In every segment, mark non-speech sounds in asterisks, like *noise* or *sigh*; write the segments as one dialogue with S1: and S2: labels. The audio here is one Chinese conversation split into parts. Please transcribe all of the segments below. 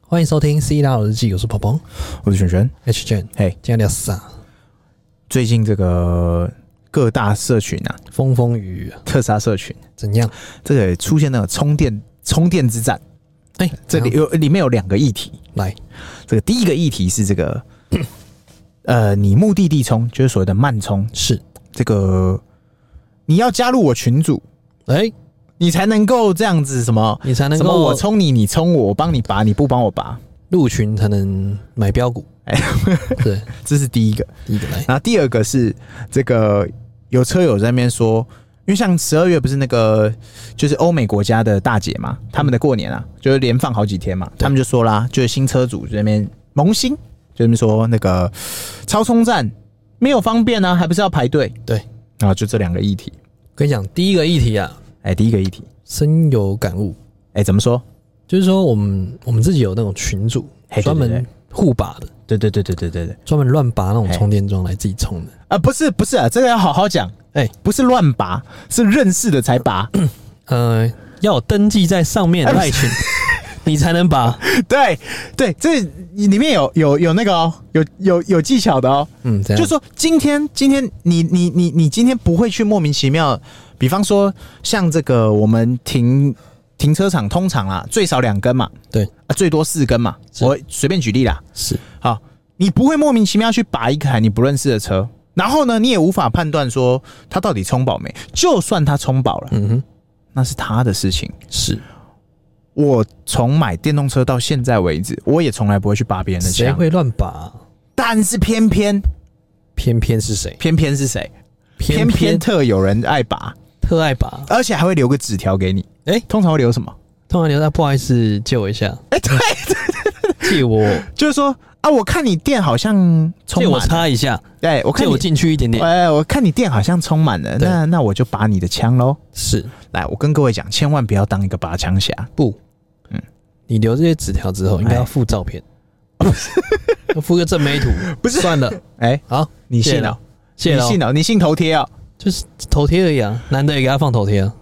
S1: 欢迎收听《C 大佬日记》，我是鹏鹏
S2: 我是璇璇。
S1: H 卷，
S2: 嘿
S1: 今天聊啥？
S2: 最近这个各大社群啊，
S1: 风风雨雨啊
S2: 特斯拉社群，
S1: 怎样？
S2: 这个也出现那个充电充电之战。
S1: 哎、
S2: 这里
S1: 怎样
S2: 有里面有两个议题，
S1: 来，
S2: 这个第一个议题是
S1: *coughs*
S2: 这个，呃，你目的地充，就是所谓的慢充，
S1: 是
S2: 这个你要加入我群组，
S1: 哎、
S2: 你才能够这样子什么。
S1: 你才能
S2: 什么？我
S1: 够
S2: 充你，你充我，我帮你拔，你不帮我拔，
S1: 入群才能买标股。
S2: 哎 *laughs*
S1: 对，
S2: 这是第一个。
S1: 第一个来，
S2: 然后第二个是这个有车友在那边说，因为像十二月不是那个就是欧美国家的大姐嘛，他们的过年啊，就是连放好几天嘛，他们就说啦，就是新车主在那边萌新，就在那边说那个超充站没有方便啊，还不是要排队。
S1: 对，
S2: 然后啊就这两个议题，
S1: 跟你讲，第一个议题啊，
S2: 哎，第一个议题，
S1: 深有感悟，
S2: 哎，怎么说？
S1: 就是说我们我们自己有那种群主
S2: 嘿对
S1: 专
S2: 对
S1: 门
S2: 对
S1: 互拔的，
S2: 对对对对对对对，
S1: 专门乱拔那种
S2: 嘿
S1: 充电桩来自己充的。
S2: 啊，不是不是啊，这个要好好讲，
S1: 哎
S2: 不是乱拔，是认识的才拔，
S1: 呃，要有登记在上面的赖群，
S2: 哎
S1: 你才能拔。
S2: 对对，这里面有有有那个哦，有有有技巧的哦。
S1: 嗯，这样
S2: 就说今天今天你你你你今天不会去莫名其妙，比方说像这个我们停停车场通常啊最少两根嘛，
S1: 对
S2: 啊最多四根嘛，
S1: 是
S2: 我随便举例啦。
S1: 是
S2: 好，你不会莫名其妙去拔一台你不认识的车，然后呢你也无法判断说它到底充饱没。就算它充饱了，
S1: 嗯哼
S2: 那是他的事情。
S1: 是，
S2: 我从买电动车到现在为止，我也从来不会去拔别人的
S1: 谁
S2: 枪。
S1: 会乱拔？
S2: 但是偏偏
S1: 偏偏是谁？
S2: 偏偏是谁？偏
S1: 偏
S2: 偏特有人爱拔，
S1: 特爱拔。
S2: 而且还会留个纸条给你。
S1: 哎
S2: 通常会留什么？
S1: 通常留在不好意思借我一下，
S2: 哎、对，
S1: 借
S2: *laughs*
S1: 我
S2: 就是说啊，我看你店好像充
S1: 借我
S2: 满了，
S1: 插一下，
S2: 哎，我
S1: 借
S2: 看
S1: 我
S2: 你，
S1: 进去一点点。
S2: 哎、我看你店好像充满了，
S1: 对
S2: 那那我就拔你的枪喽。
S1: 是
S2: 来，我跟各位讲，千万不要当一个拔枪侠。
S1: 不？嗯
S2: 嗯，
S1: 你留这些纸条之后，应该要
S2: 哎
S1: 附照
S2: *laughs*
S1: 片，要附个正妹图。
S2: 不是
S1: 算了，
S2: 哎、
S1: 好，
S2: 你
S1: 谢
S2: 信
S1: 了
S2: 了？
S1: 谢
S2: 你
S1: 了哦，
S2: 信了？你信头贴哦？
S1: 就是头贴而已啊，男的也给他放头贴啊，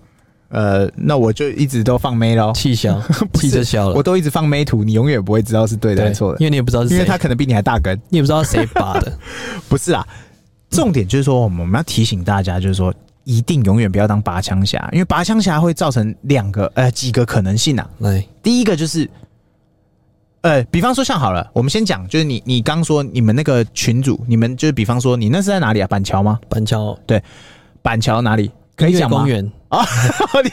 S2: 呃，那我就一直都放妹喽，
S1: 气消，
S2: *laughs* 不
S1: 气
S2: 是
S1: 就消
S2: 我
S1: 了。
S2: 都一直放妹图，你永远不会知道是对的还
S1: 对
S2: 是错，的
S1: 因，为你也不知道是
S2: 因为
S1: 谁，
S2: 他可能比你还大根。
S1: 你也不知道谁拔的。
S2: 不是啦，重点就是说，我们要提醒大家，就是说，一定永远不要当拔枪侠，因为拔枪侠会造成两个呃几个可能性啊。
S1: 来，
S2: 第一个就是，呃，比方说像好了，我们先讲，就是你你刚说你们那个群主，你们就是比方说你那是在哪里啊？板桥吗？
S1: 板桥
S2: 板桥哪里？可
S1: 音
S2: 以
S1: 乐
S2: 讲吗
S1: 公？园，
S2: *laughs*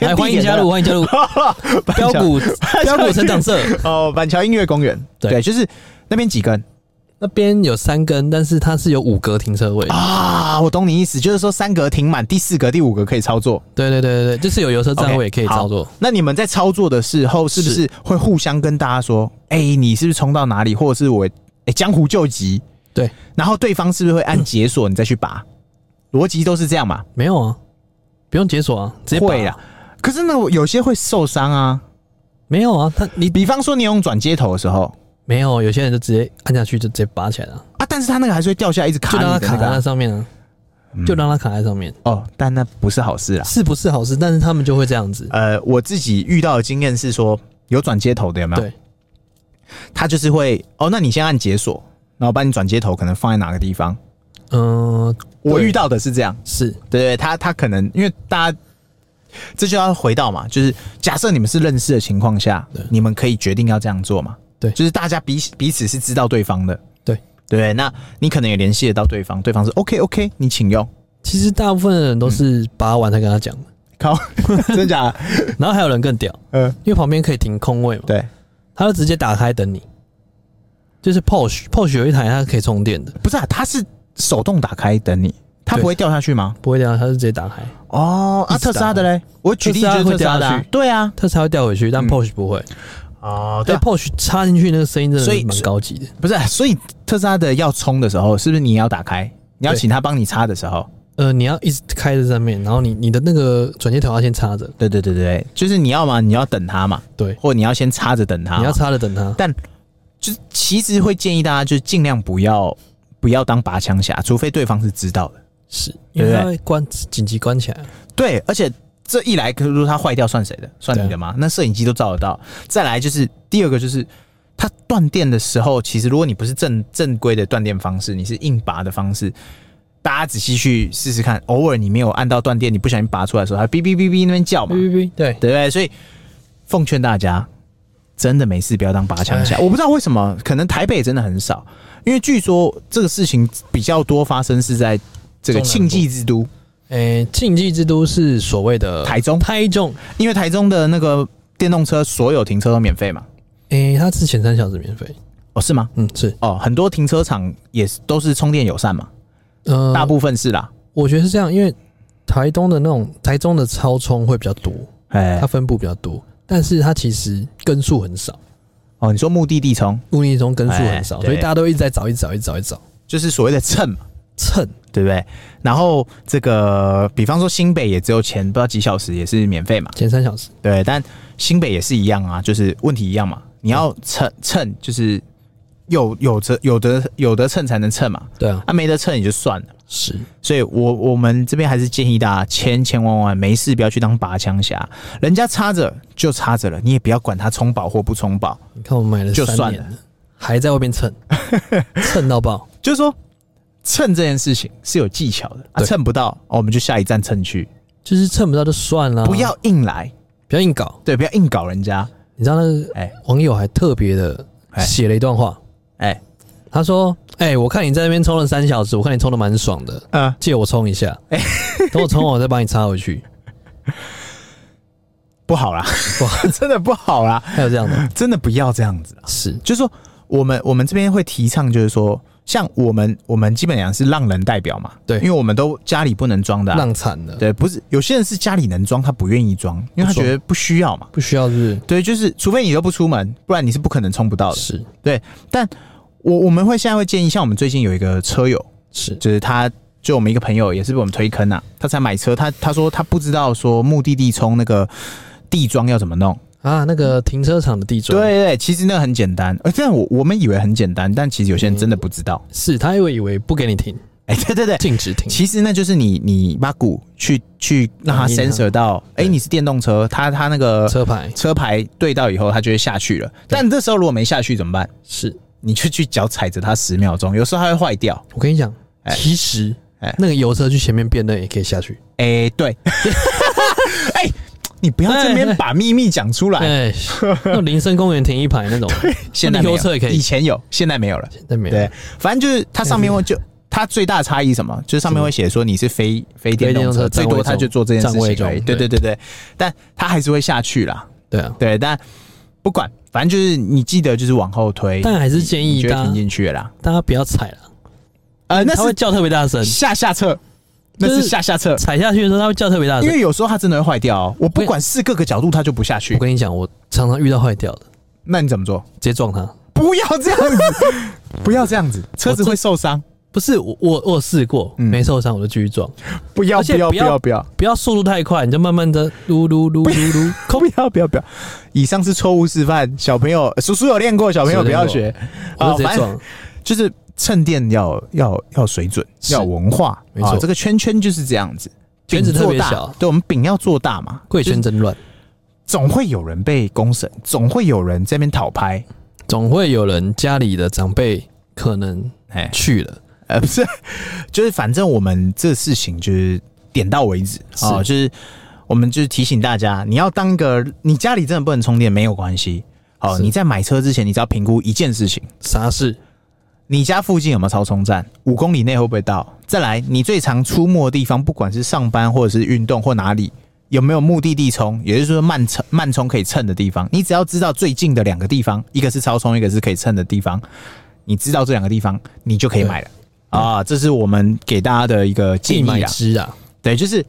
S2: 连
S1: 来
S2: 地
S1: 欢迎
S2: 点
S1: 加
S2: 都
S1: 入，欢迎加入
S2: *laughs* 板
S1: 标
S2: 桥
S1: *laughs* 股标股成长社。
S2: 哦，板桥音乐公园，
S1: 对
S2: 对，就是那边几根
S1: *laughs* 那边有三根，但是它是有五格停车位。
S2: 啊？我懂你意思，就是说三格停满，第四格、第五格可以操作。
S1: 对对对对对，就是有油车站位也可以操作。
S2: 那你们在操作的时候，是不是会互相跟大家说，哎、你是不是冲到哪里，或者是我，哎、江湖救急？
S1: 对，
S2: 然后对方是不是会按解锁，你再去拔？逻辑都是这样嘛？
S1: 没有啊，不用解锁啊，嗯直接拔
S2: 会啊。可是呢，我有些会受伤啊。
S1: 没有啊，他你
S2: 比方说，你用转接头的时候
S1: 没有，有些人就直接按下去就直接拔起来了，
S2: 啊，但是他那个还是会掉下来，一直卡
S1: 就让
S2: 你
S1: 它卡
S2: 的那嗯个
S1: 在
S2: 啊、
S1: 那上面啊，就让它卡在上面，
S2: 哦，但那不是好事啦。
S1: 是不是好事？但是他们就会这样子，
S2: 呃，我自己遇到的经验是说，有转接头的有没有？
S1: 对，
S2: 他就是会哦，那你先按解锁，然后把你转接头可能放在哪个地方。
S1: 嗯、
S2: 我
S1: 对
S2: 遇到的是这样，
S1: 是
S2: 对对，他他可能因为大家，这就要回到嘛，就是假设你们是认识的情况下
S1: 对，
S2: 你们可以决定要这样做嘛，
S1: 对
S2: 就是大家彼此彼此是知道对方的，
S1: 对
S2: 对，那你可能也联系得到对方，对方是 OK OK，你请用，
S1: 其实大部分的人都
S2: 嗯
S1: 是拔完才跟他讲，
S2: *laughs* 靠，真假 *laughs* 的？
S1: 然后还有人更屌，
S2: 呃，
S1: 因为旁边可以停空位嘛，
S2: 对，
S1: 他就直接打开等你，就是 POSH POSH 有一台它可以充电的，
S2: 不是啊，他是手动打开等你，他不会掉下去吗？
S1: 不会这样，它是直接打开，
S2: 哦，啊，
S1: 一直打
S2: 特斯拉的嘞，我举例就是特斯拉
S1: 特斯拉会掉
S2: 的
S1: 下
S2: 啊
S1: 去，
S2: 对啊，
S1: 它才会掉回去，但
S2: 嗯
S1: POSH 不会。
S2: 哦，
S1: 对啊
S2: 对，
S1: ，Porsche 插进去那个声音真的
S2: 所
S1: 是
S2: 以
S1: 蛮高级的，
S2: 不是啊，所以特斯拉的要充的时候，是不是你也要打开？你要
S1: 对
S2: 请他帮你插的时候。
S1: 呃，你要一直开在上面，然后你你的那个转接头要先插着，
S2: 对对对对，就是你要嘛，你要等他嘛，
S1: 对，
S2: 或你要先插着等他嘛。
S1: 你要插着等它。
S2: 但就是其实会建议大家，就是尽量不要不要当拔枪侠，除非对方是知道的。
S1: 是，因
S2: 对不对
S1: 为它会关紧急关起来。
S2: 对，而且这一
S1: 啊
S2: 来，可是如果它坏掉，算谁的？算你的吗？那摄影机都照得到。再来就是第二个，就是它断电的时候，其实如果你不是正正规的断电方式，你是硬拔的方式，大家仔细去试试看。偶尔你没有按到断电，你不小心拔出来的时候，它哔哔哔哔那边叫嘛，
S1: 哔哔哔，对，
S2: 对不对？所以奉劝大家，真的没事不要当拔枪侠。我不知道为什么，可能台北真的很少，因为据说这个事情比较多发生是在这个
S1: 中南部
S2: 庆忌之都，
S1: 诶，哎竞技之都是所谓的
S2: 哦台中
S1: 台中，
S2: 因为台中的那个电动车所有停车都免费嘛。
S1: 诶，哎它是前三小时免费，
S2: 哦，是吗？
S1: 嗯，是，
S2: 哦，很多停车场也是都是充电友善嘛，
S1: 呃，
S2: 大部分是啦。
S1: 我觉得是这样，因为台东的那种台中的超充会比较多，
S2: 哎
S1: 它，分布比较多，但是它其实根数很少，
S2: 哦，你说目的地充
S1: 物理中根数很少，
S2: 哎对
S1: 所以大家都一直在找，一直找，一直找，一直找
S2: 就是所谓的蹭嘛，
S1: 蹭。
S2: 对不对？然后这个，比方说新北也只有前不知道几小时也是免费嘛，
S1: 前三小时，
S2: 对，但新北也是一样啊，就是问题一样嘛，你要蹭蹭就是有有着有的有的蹭才能蹭嘛，
S1: 对啊，
S2: 啊没得蹭也就算了。
S1: 是
S2: 所以我我们这边还是建议大家千千万万没事不要去当拔枪侠，人家插着就插着了，你也不要管他充饱或不充饱。
S1: 你看我买了
S2: 就
S1: 三
S2: 算
S1: 年了，还在外面
S2: *laughs*
S1: 蹭，蹭到爆。
S2: 就是说蹭这件事情是有技巧的，啊、
S1: 对
S2: 蹭不到、哦我们就下一站蹭去，
S1: 就是蹭不到就算了，啊
S2: 不要硬来，
S1: 不要硬搞。
S2: 对，不要硬搞人家。
S1: 你知道那个
S2: 哎
S1: 网友还特别的
S2: 哎
S1: 写了一段话，
S2: 哎，
S1: 他说：“哎、我看你在那边充了三小时，我看你充的蛮爽的，
S2: 呃，
S1: 借我充一下，等我充完我再帮你插回去。
S2: 不好啦，真的不好啦”，
S1: 还有这样
S2: *laughs*
S1: 的，
S2: 真的不要这样子啊。
S1: 是
S2: 就是说，我们我们这边会提倡，就是说，像我们我们基本上是让人代表嘛，
S1: 对
S2: 因为我们都家里不能装的、啊，
S1: 浪惨了，
S2: 对，不是有些人是家里能装，他不愿意装，因为他
S1: 不装
S2: 觉得不需要嘛。
S1: 不需要是
S2: 对，就是除非你都不出门，不然你是不可能充不到
S1: 不
S2: 的。
S1: 是是
S2: 对，但我我们会现在会建议，像我们最近有一个车友，
S1: 是
S2: 就是他就我们一个朋友也是被我们推坑啊，他才买车，他他说他不知道说目的地充那个地桩要怎么弄。
S1: 啊，那个停车场的地砖，
S2: 对，对对，其实那个很简单，呃，但我我们以为很简单，但其实有些人真的不知道。
S1: 是他以为以为不给你停，
S2: 哎、 *laughs* 对对对。
S1: 禁止停，
S2: 其实那就是你你把鼓去去让它
S1: 反应它啊
S2: sensor 到，哎、
S1: 对
S2: 你是电动车，它它那个
S1: 车牌
S2: 车牌对到以后，它就会下去了。但这时候如果没下去怎么办？
S1: 是。
S2: 你就去脚踩着它十秒钟，有时候它会坏掉。
S1: 我跟你讲，
S2: 哎
S1: 其实
S2: 哎
S1: 那个油车去前面变灯也可以下去，
S2: 哎、 *laughs* 对，哎、你不要这边把秘密讲出来。 *laughs*
S1: 哎，那种林森公园停一排那种，
S2: 现在没有
S1: 那油车也可以
S2: 以前有，现在没有了。
S1: 现在没有嗯
S2: 对，反正就是它上面会就它最大的差异是什么？就是上面会写说你是非非电动
S1: 非电动车
S2: 车，最多它就做这件事
S1: 占位
S2: 情
S1: 中
S2: 而已。对对
S1: 对
S2: 对对，但它还是会下去啦。
S1: 对啊，
S2: 对，但不管，反正就是你记得就是往后推，
S1: 但还是建
S2: 你
S1: 议
S2: 就会
S1: 大
S2: 停
S1: 家
S2: 进去了啦。
S1: 大家不要踩了，
S2: 呃，那
S1: 他会
S2: 是
S1: 叫特别大声，
S2: 下下策，那
S1: 就是
S2: 是下下策，
S1: 踩下去的时候他会叫特别大
S2: 因
S1: 声。
S2: 为有时候它真的会坏掉、哦。我不管试各个角度，它就不下
S1: 我
S2: 去。
S1: 跟你讲，我常常遇到坏掉的，
S2: 那你怎么做？
S1: 直接撞他。
S2: 不要这样
S1: *laughs*
S2: 子，不要这样子，车子会受伤。
S1: 不是我我我有试过，
S2: 嗯
S1: 没受伤我就继续撞，
S2: 不要
S1: 而且
S2: 不要
S1: 不
S2: 不
S1: 要
S2: 要不要
S1: 不要速度太快，你就慢慢的噜噜噜噜噜，
S2: 不要不要不要！以上是错误示范，小朋友叔叔有练过，小朋友不要学。
S1: 我就直接
S2: 反正
S1: 撞。
S2: 就是蹭电要要要水准，
S1: 是
S2: 要有文化。
S1: 没错
S2: 啊这个圈圈就是这样子，
S1: 圈子
S2: 饼做
S1: 特别
S2: 大
S1: 小
S2: 对我们饼要做大嘛。
S1: 贵圈真乱，
S2: 总会有人被公审，总会有人在那边讨拍。
S1: 总会有人家里的长辈可能
S2: 哎，
S1: 去了，
S2: 呃，不是，就是反正我们这事情就是点到为止
S1: 是
S2: 啊、就是我们就是提醒大家，你要当个你家里真的不能充电没有关系，好、
S1: 是
S2: 你在买车之前，你只要评估一件事情：
S1: 啥事？
S2: 你家附近有没有超充站，五公里内会不会到？再来，你最常出没的地方，不管是上班或者是运动或哪里。有没有目的地充，也就是说慢充慢充可以蹭的地方？你只要知道最近的两个地方，一个是超充，一个是可以蹭的地方，你知道这两个地方，你就可以买了啊！这是我们给大家的一个建
S1: 既
S2: 议
S1: 买
S2: 啦。
S1: 之啊，
S2: 对，就是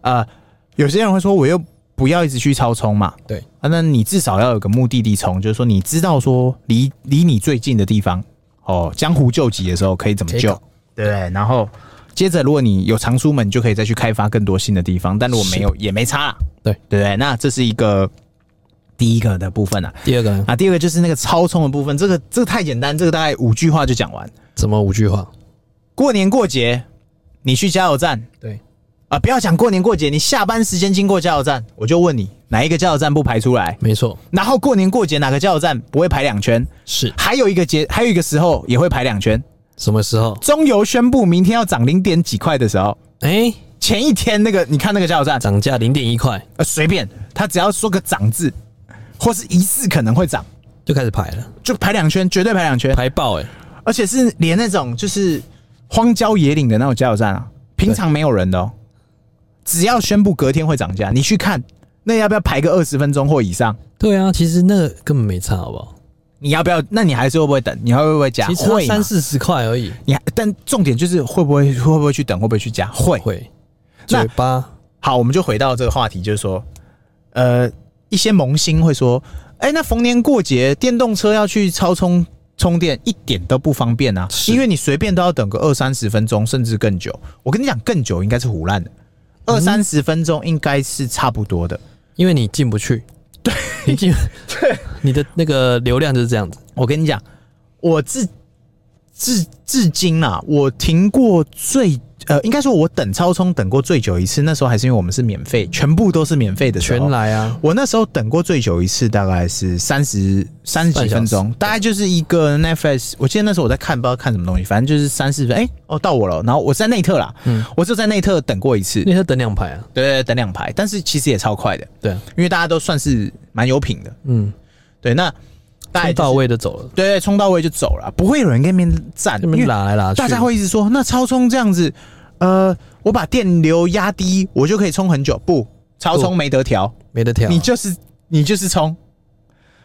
S2: 呃，有些人会说，我又不要一直去超充嘛。
S1: 对
S2: 啊，那你至少要有个目的地充，就是说你知道说离离你最近的地方哦，江湖救急的时候可以怎么
S1: 可以
S2: 救
S1: 搞，
S2: 对不对？然后接着，如果你有藏书门，你就可以再去开发更多新的地方。但如果没有，也没差啦，
S1: 对
S2: 对不对？那这是一个第一个的部分啊。
S1: 第二个呢？
S2: 啊，第二个就是那个超充的部分，这个这个太简单，这个大概五句话就讲完。
S1: 怎么五句话？
S2: 过年过节，你去加油站
S1: 对，
S2: 啊，不要讲过年过节，你下班时间经过加油站，我就问你哪一个加油站不排出来？
S1: 没错，
S2: 然后过年过节哪个加油站不会排两圈？
S1: 是
S2: 还有一个节，还有一个时候也会排两圈。
S1: 什么时候？
S2: 中油宣布明天要涨零点几块的时候，
S1: 哎、
S2: 前一天那个你看那个加油站，
S1: 涨价零点一块
S2: 呃， *laughs* 随便他只要说个涨字，或是疑似可能会涨，
S1: 就开始排了，
S2: 就排两圈，绝对排两欸圈，
S1: 排爆哎、
S2: 而且是连那种就是荒郊野岭的那种加油站啊，平常没有人的哦，只要宣布隔天会涨价，你去看那要不要排个二十分钟或以上？
S1: 对啊，其实那个根本没差，好不好？
S2: 你要不要？那你还是会不会等？你还会不会加？
S1: 其实差
S2: 啊会嘛
S1: 三四十块而已，
S2: 你还但重点就是会不会会不会去等，会不会去加？会。
S1: 会
S2: 哎那
S1: 嘴巴
S2: 好，我们就回到这个话题，就是说，呃，一些萌新会说，哎、那逢年过节电动车要去超充充电，一点都不方便啊，
S1: 是
S2: 因为你随便都要等个二三十分钟，甚至更久。我跟你讲，更久应该是胡乱的，二三十分钟应该是差不多的。
S1: 因为你进不去，对，你
S2: *laughs*
S1: 进，你的那个流量就是这样子，
S2: 我跟你讲，我至至至今啊，我停过最呃，应该说我等超充等过最久一次，那时候还是因为我们是免费，全部都是免费的时候，
S1: 全来啊，
S2: 我那时候等过最久一次，大概是三十三十几分钟，大概就是一个 Netflix。我记得那时候我在看，不知道看什么东西，反正就是三四分。哎、哦，到我了。然后我是在内特啦，
S1: 嗯
S2: 我就在内特等过一次，对
S1: 那要等两排啊，
S2: 对对，等两排。但是其实也超快的，
S1: 对啊，
S2: 因为大家都算是蛮有品的。
S1: 嗯，
S2: 对，那大概、
S1: 冲到，位就走了，
S2: 对对，冲到位就走了，不会有人跟面站，
S1: 那
S2: 因
S1: 边
S2: 为
S1: 拉来拉去，
S2: 大家会一直说，那超充这样子，呃，我把电流压低，我就可以充很久。不，超充
S1: 不
S2: 没得调。
S1: 没得挑，啊
S2: 你就是你就是冲。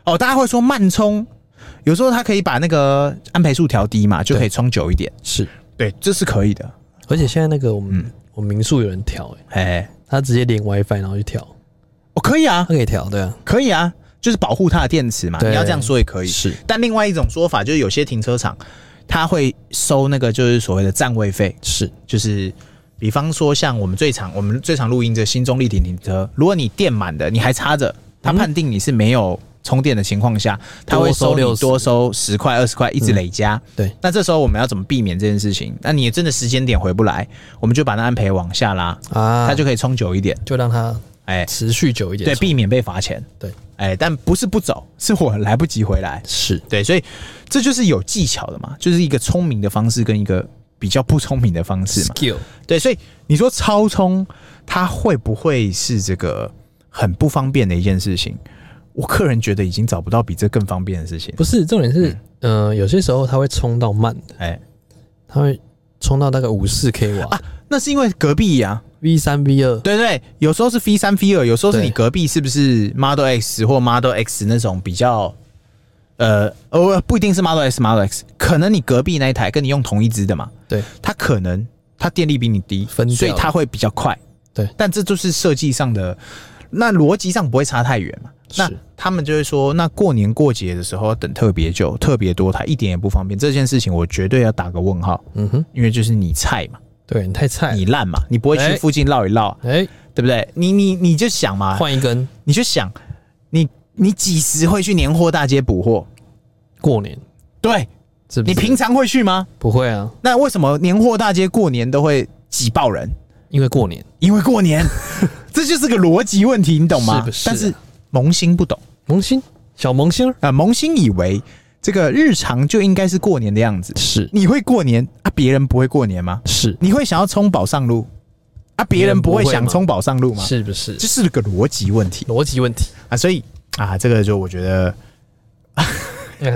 S2: 哦，大家会说慢冲，有时候它可以把那个安培数调低嘛，就可以冲久一点。
S1: 是，
S2: 对，这是可以的。
S1: 而且现在那个我们、
S2: 嗯
S1: 我们民宿有人调哎、
S2: 哎，
S1: 他直接连 WiFi 然后去调，
S2: 哦，可以啊
S1: 他，可以调，对啊，
S2: 可以啊，就是保护它的电池嘛。
S1: 对
S2: 你要这样说也可以。
S1: 是
S2: 但另外一种说法就是，有些停车场它会收那个就是所谓的占位费，
S1: 是，
S2: 就是比方说像我们最常我们最常录音的新中立停停车，如果你电满的你还插着，他判定你是没有充电的情况下，他会
S1: 多
S2: 收
S1: 收
S2: 你
S1: 60
S2: 多收十块二十块，一直累加。
S1: 对，
S2: 那这时候我们要怎么避免这件事情？那你也真的时间点回不来，我们就把那安培往下拉，
S1: 啊，
S2: 它就可以充久一点。
S1: 就让它
S2: 哎，
S1: 持续久一点，
S2: 对，避免被罚钱。
S1: 对，
S2: 哎，但不是不走，是我来不及回来。
S1: 是
S2: 对，所以这就是有技巧的嘛，就是一个聪明的方式跟一个比较不聪明的方式嘛。
S1: skill，
S2: 对，所以你说超充，它会不会是这个很不方便的一件事情？我个人觉得已经找不到比这更方便的事情。
S1: 不是重点是，嗯、有些时候它会冲到慢的，
S2: 哎、
S1: 它会冲到大概五四 k 瓦、
S2: 啊，那是因为隔壁呀、
S1: v 三 V 二，
S2: 对对，有时候是 V 三 V 二，有时候是
S1: 对
S2: 你隔壁是不是 Model X 或 Model X 那种比较，呃，呃，不一定是 Model S Model X，可能你隔壁那一台跟你用同一支的嘛，
S1: 对，
S2: 它可能它电力比你低，
S1: 分掉
S2: 所以它会比较快。
S1: 对
S2: 但这就是设计上的，那逻辑上不会差太远嘛。
S1: 是
S2: 那他们就会说，那过年过节的时候等特别久、特别多台，一点也不方便。这件事情我绝对要打个问号，
S1: 嗯哼，
S2: 因为就是你菜嘛，
S1: 对你太菜了，
S2: 你烂嘛，你不会去
S1: 哎
S2: 附近绕一绕啊，
S1: 哎，
S2: 对不对？你你你就想嘛，
S1: 换一根
S2: 你就想，你你几时会去年货大街补货？
S1: 过年，
S2: 对
S1: 是不
S2: 你
S1: 是？
S2: 平常会去吗？
S1: 不会啊，
S2: 那为什么年货大街过年都会挤爆人？
S1: 因为过年
S2: 因为
S1: *laughs*
S2: 过年，这就是个逻辑问题，你懂吗？
S1: 是不是啊
S2: 但是萌新不懂
S1: 萌新小萌新儿
S2: 啊、萌新以为这个日常就应该是过年的样子。
S1: 是
S2: 你会过年啊？别人不会过年吗？
S1: 是
S2: 你会想要冲宝上路啊？别
S1: 别
S2: 人
S1: 人
S2: 不
S1: 不
S2: 会
S1: 会
S2: 想
S1: 吗
S2: 冲宝上路吗？
S1: 是不是
S2: 这是个逻辑问题
S1: 逻辑问题？
S2: 啊！所以啊，这个就我觉得
S1: 哎，这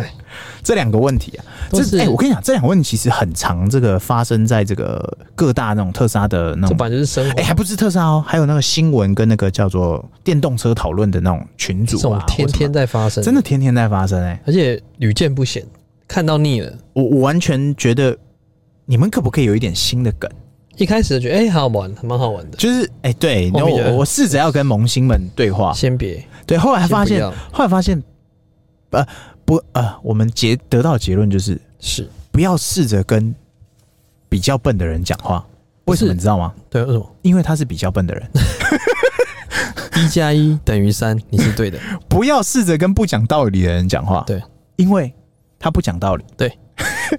S2: 这两个问题啊，
S1: 都
S2: 这
S1: 是
S2: 哎、我跟你讲，这两个问题其实很常这个发生在这个各大那种特斯拉的那种，
S1: 本来就是生活
S2: 哎、，还不是特斯拉哦，还有那个新闻跟那个叫做电动车讨论的那种群
S1: 这
S2: 组
S1: 种
S2: 啊，
S1: 天天
S2: 在
S1: 在发生，
S2: 真的，天天在发生哎、
S1: 而且屡见不鲜，看到腻了。
S2: 我我完全觉得你们可不可以有一点新的梗？
S1: 一开始就觉得哎、好好玩，蛮好玩的，
S2: 就是哎、对，然
S1: 后
S2: 后
S1: 面觉得
S2: 我我试着要跟萌新们对话，
S1: 先别
S2: 对，后来
S1: 先
S2: 发
S1: 不
S2: 现
S1: 要，
S2: 后来发现，呃，不呃，我们结得到的结论就是
S1: 是
S2: 不要试着跟比较笨的人讲话，为什
S1: 不
S2: 么
S1: 是
S2: 你知道吗？
S1: 对，为什么
S2: 因为他是比较笨的人，
S1: 一加一等于三？你是 *laughs* 对的，
S2: 不要试着跟不讲道理的人讲话，
S1: 对，
S2: 因为他不讲道理，
S1: 对，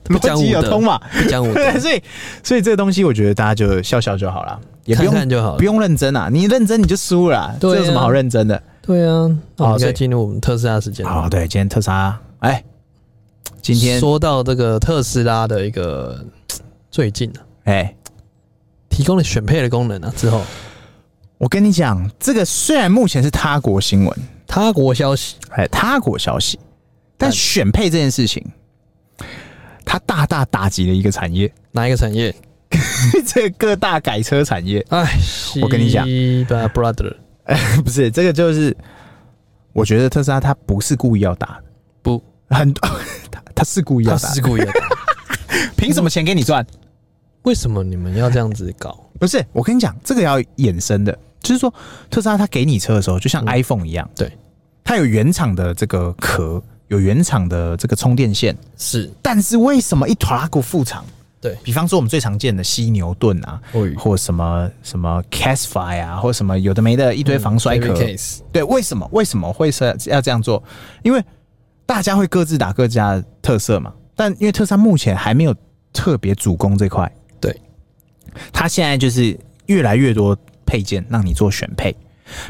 S1: 不
S2: *laughs* 逻
S1: 讲
S2: 辑
S1: 武
S2: 有
S1: 德
S2: 通嘛，
S1: 不讲武德
S2: 对，所以所以这个东西我觉得大家就笑笑就好了，也不
S1: 看
S2: 用
S1: 看就好
S2: 不
S1: 了。
S2: 用认真啊，你认真你就输了啦，
S1: 对啊
S2: 这有什么好认真的？
S1: 对啊，那我
S2: 好
S1: 们应
S2: 所
S1: 该
S2: 以
S1: 进入我们特斯拉时间了。
S2: 哦，对，今天特斯拉，哎，今天
S1: 说到这个特斯拉的一个嘖最近啊，
S2: 哎，
S1: 提供了选配的功能啊，之后
S2: 我跟你讲，这个虽然目前是他国新闻，
S1: 他国消息
S2: 哎，他国消息，但
S1: 但
S2: 选配这件事情，它大大打击了一个产业， *laughs*
S1: 哪一个产业？
S2: 这个各大改车产业，
S1: 哎，
S2: 我跟你讲
S1: 西巴 brother
S2: *laughs* 不是这个就是，我觉得特斯拉它不是故意要打
S1: 不，
S2: 的，很多它它是故意
S1: 他
S2: 要打
S1: 是，故意 *laughs* 的。
S2: 凭什么钱给你赚？
S1: 为什么你们要这样子搞？
S2: *laughs* 不是，我跟你讲，这个要衍生的，就是说特斯拉它给你车的时候，就像
S1: 嗯
S2: iPhone 一样，
S1: 对，
S2: 它有原厂的这个壳，有原厂的这个充电线，
S1: 是
S2: 但是为什么一拖拉股副厂？
S1: 对
S2: 比方说我们最常见的犀牛盾啊，
S1: 哦语
S2: 或什么什么 Casify 啊，或什么有的没的一堆防摔壳，
S1: 嗯 case
S2: 对，为什么为什么会是要这样做？因为大家会各自打各家的特色嘛，但因为特斯拉目前还没有特别主攻这块，
S1: 对，
S2: 它现在就是越来越多配件让你做选配。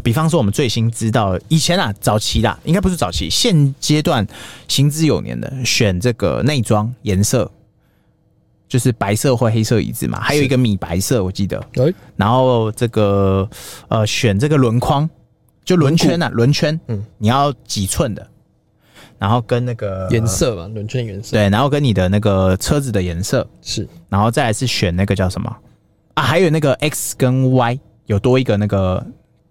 S2: 比方说，我们最新知道，以前啊，早期啦，应该不是早期，现阶段行之有年的选这个内装颜色，就是白色或黑色椅子嘛，还有一个米白色，我记得，
S1: 哎
S2: 然后这个呃选这个轮框，就轮圈啊，轮圈，
S1: 嗯
S2: 嗯，你要几寸的，然后跟那个
S1: 颜色吧，轮圈颜色
S2: 对，然后跟你的那个车子的颜色，
S1: 是
S2: 然后再来是选那个叫什么啊？还有那个 X 跟 Y 有多一个那个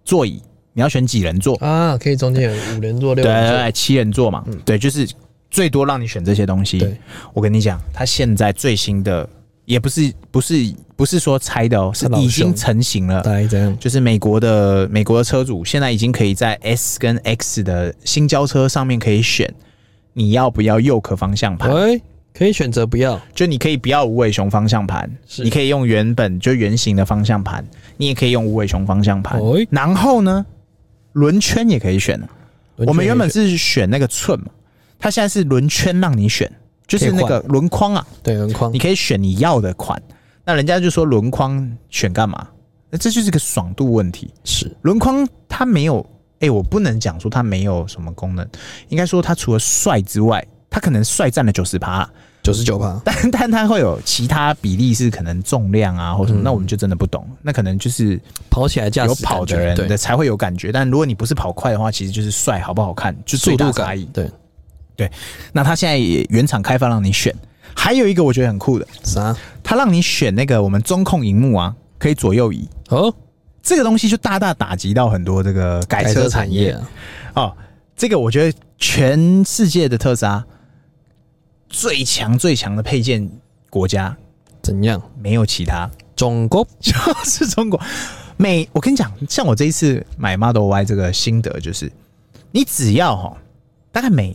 S2: 座椅，你要选几人座？
S1: 啊，可以中间有五连座、六
S2: 对对
S1: 连
S2: 对，七人座
S1: 嗯
S2: 嘛，对，就是最多让你选这些东西。
S1: 对，
S2: 我跟你讲，它现在最新的也不是不是不是说拆的哦，是
S1: 它老
S2: 已经
S1: 兄
S2: 成型了
S1: 座，。大概这样。
S2: 就是美国的美国的车主现在已经可以在 S 跟 X 的新交车上面可以选你要不要右壳方向盘，
S1: 喂，可以选择不要，
S2: 就你可以不要无尾熊方向盘，
S1: 是
S2: 你可以用原本就圆形的方向盘，你也可以用无尾熊方向盘
S1: 喂。
S2: 然后呢，轮圈也可以选了。啊
S1: 轮圈
S2: 我们原本
S1: 也选
S2: 是选那个寸嘛，它现在是轮圈让你选，就是那
S1: 可以
S2: 个轮框啊，
S1: 对轮框
S2: 你，可以选你要的款。那人家就说轮框选干嘛？那这就是个爽度问题。
S1: 是
S2: 轮框它没有，哎、我不能讲说它没有什么功能，应该说它除了帅之外，它可能帅占了九十趴，
S1: 九十九趴，
S2: 但 *laughs* 但它会有其他比例是可能重量啊或什么，
S1: 嗯
S2: 那我们就真的不懂，那可能就是
S1: 跑起来驾驶
S2: 有跑的
S1: 感觉
S2: 人的
S1: 对
S2: 才会有感觉，但如果你不是跑快的话，其实就是帅好不好看，就最
S1: 速
S2: 大
S1: 度
S2: 差异
S1: 感，。对
S2: 那它现在也原厂开放让你选，还有一个我觉得很酷的，
S1: 啥
S2: 它让你选那个我们中控荧幕啊，可以左右移。
S1: 哦，
S2: 这个东西就大大打击到很多这个改车产业，
S1: 啊，
S2: 哦，这个我觉得全世界的特斯拉最强最强的配件国家
S1: 怎样？
S2: 没有其他， *laughs*
S1: 中国
S2: 就是中国。每我跟你讲，像我这一次买 Model Y 这个心得就是，你只要哈，大概每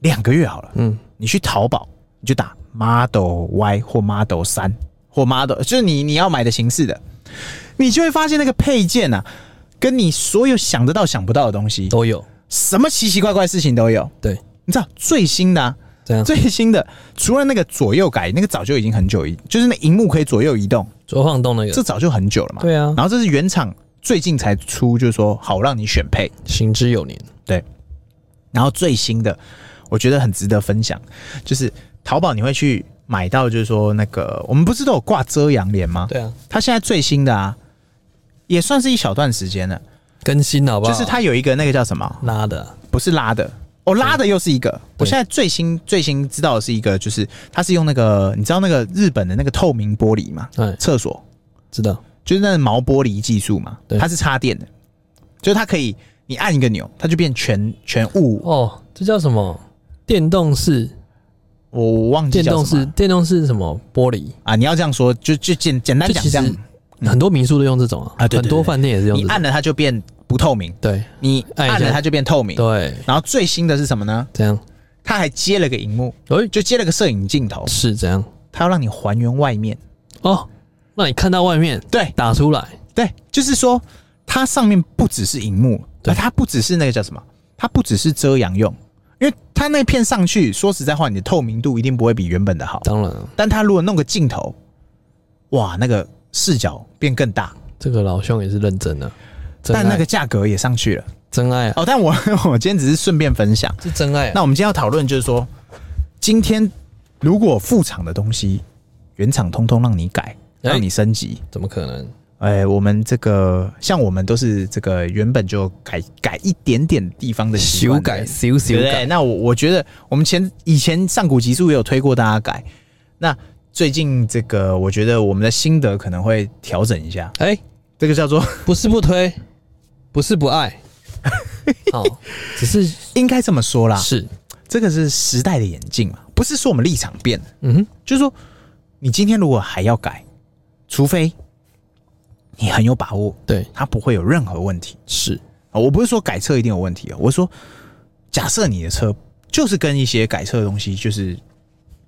S2: 两个月好了，
S1: 嗯，
S2: 你去淘宝你就打 Model Y 或 Model 三或 Model，就是你你要买的形式的，你就会发现那个配件啊，跟你所有想得到想不到的东西，
S1: 都有，
S2: 什么奇奇怪怪的事情都有。
S1: 对，嗯
S2: 你知道最新的、啊、
S1: 这样
S2: 最新的，除了那个左右改，那个早就已经很久移，就是那荧幕可以左右移动，
S1: 左晃动那
S2: 这
S1: 个，
S2: 早就很久了嘛。
S1: 对啊
S2: 然后这是原厂最近才出，就是说好让你选配。
S1: 行之有年，
S2: 对，然后最新的，我觉得很值得分享，就是淘宝你会去买到，就是说那个我们不是都有挂遮阳帘吗？，
S1: 对啊，
S2: 它现在最新的啊，也算是一小段时间了，
S1: 更新好不好？
S2: 就是它有一个那个叫什么？
S1: 拉的啊，
S2: 不是拉的，哦，拉的又是一个。我现在最新最新知道的是一个，就是它是用那个，你知道那个日本的那个透明玻璃嘛，
S1: 哎，
S2: 厕所
S1: 知道，
S2: 就是那个毛玻璃技术嘛，
S1: 对
S2: 它是插电的，就是它可以你按一个钮，它就变全全雾。
S1: 哦，这叫什么？电动式，
S2: 我我忘记
S1: 电
S2: 叫
S1: 动
S2: 什么
S1: 式，电动式什么玻璃？
S2: 啊，你要这样说，就就简简单
S1: 就
S2: 讲
S1: 其
S2: 这
S1: 实
S2: 样，
S1: 很多民宿都用这种啊，
S2: 啊对对对
S1: 很多饭店也是用
S2: 你
S1: 这
S2: 按
S1: 种，
S2: 了它就变不透明，
S1: 对
S2: 你
S1: 按一下
S2: 按了它就变透明。
S1: 对，
S2: 然后最新的是什么呢？
S1: 这样，
S2: 它还接了个荧幕，
S1: 哎，
S2: 就接了个摄影镜头，
S1: 是这样
S2: 它要让你还原外面。
S1: 哦，让你看到外面
S2: 对，
S1: 打出来，
S2: 对，就是说它上面不只是荧幕，
S1: 对
S2: 而它不只是那个叫什么，它不只是遮阳用，因为它那片上去，说实在话，你的透明度一定不会比原本的好。
S1: 当然了
S2: 但它如果弄个镜头，哇，那个视角变更大，
S1: 这个老兄也是认真的，真爱
S2: 但那个价格也上去了
S1: 真爱啊，
S2: 哦。但我 *laughs* 我今天只是顺便分享。
S1: 是真爱啊。
S2: 那我们今天要讨论就是说，今天如果副厂的东西，原厂通通让你改，
S1: 哎
S2: 让你升级。
S1: 怎么可能？
S2: 哎、我们这个像我们都是这个原本就改改一点点地方的习
S1: 修
S2: 惯
S1: 改，修修
S2: 对不对？
S1: 改，
S2: 那我我觉得我们前以前上古集数也有推过大家改，那最近这个我觉得我们的心得可能会调整一下，
S1: 哎、
S2: 这个叫做
S1: 不是不推，不是不爱，哦，只是
S2: *laughs* 应该这么说啦，
S1: 是，
S2: 这个是时代的眼镜嘛，不是说我们立场变了，
S1: 嗯哼，
S2: 就是说你今天如果还要改，除非你很有把握，
S1: 对，
S2: 它不会有任何问题。
S1: 是，
S2: 啊，我不是说改车一定有问题哦，我是说假设你的车就是跟一些改车的东西就是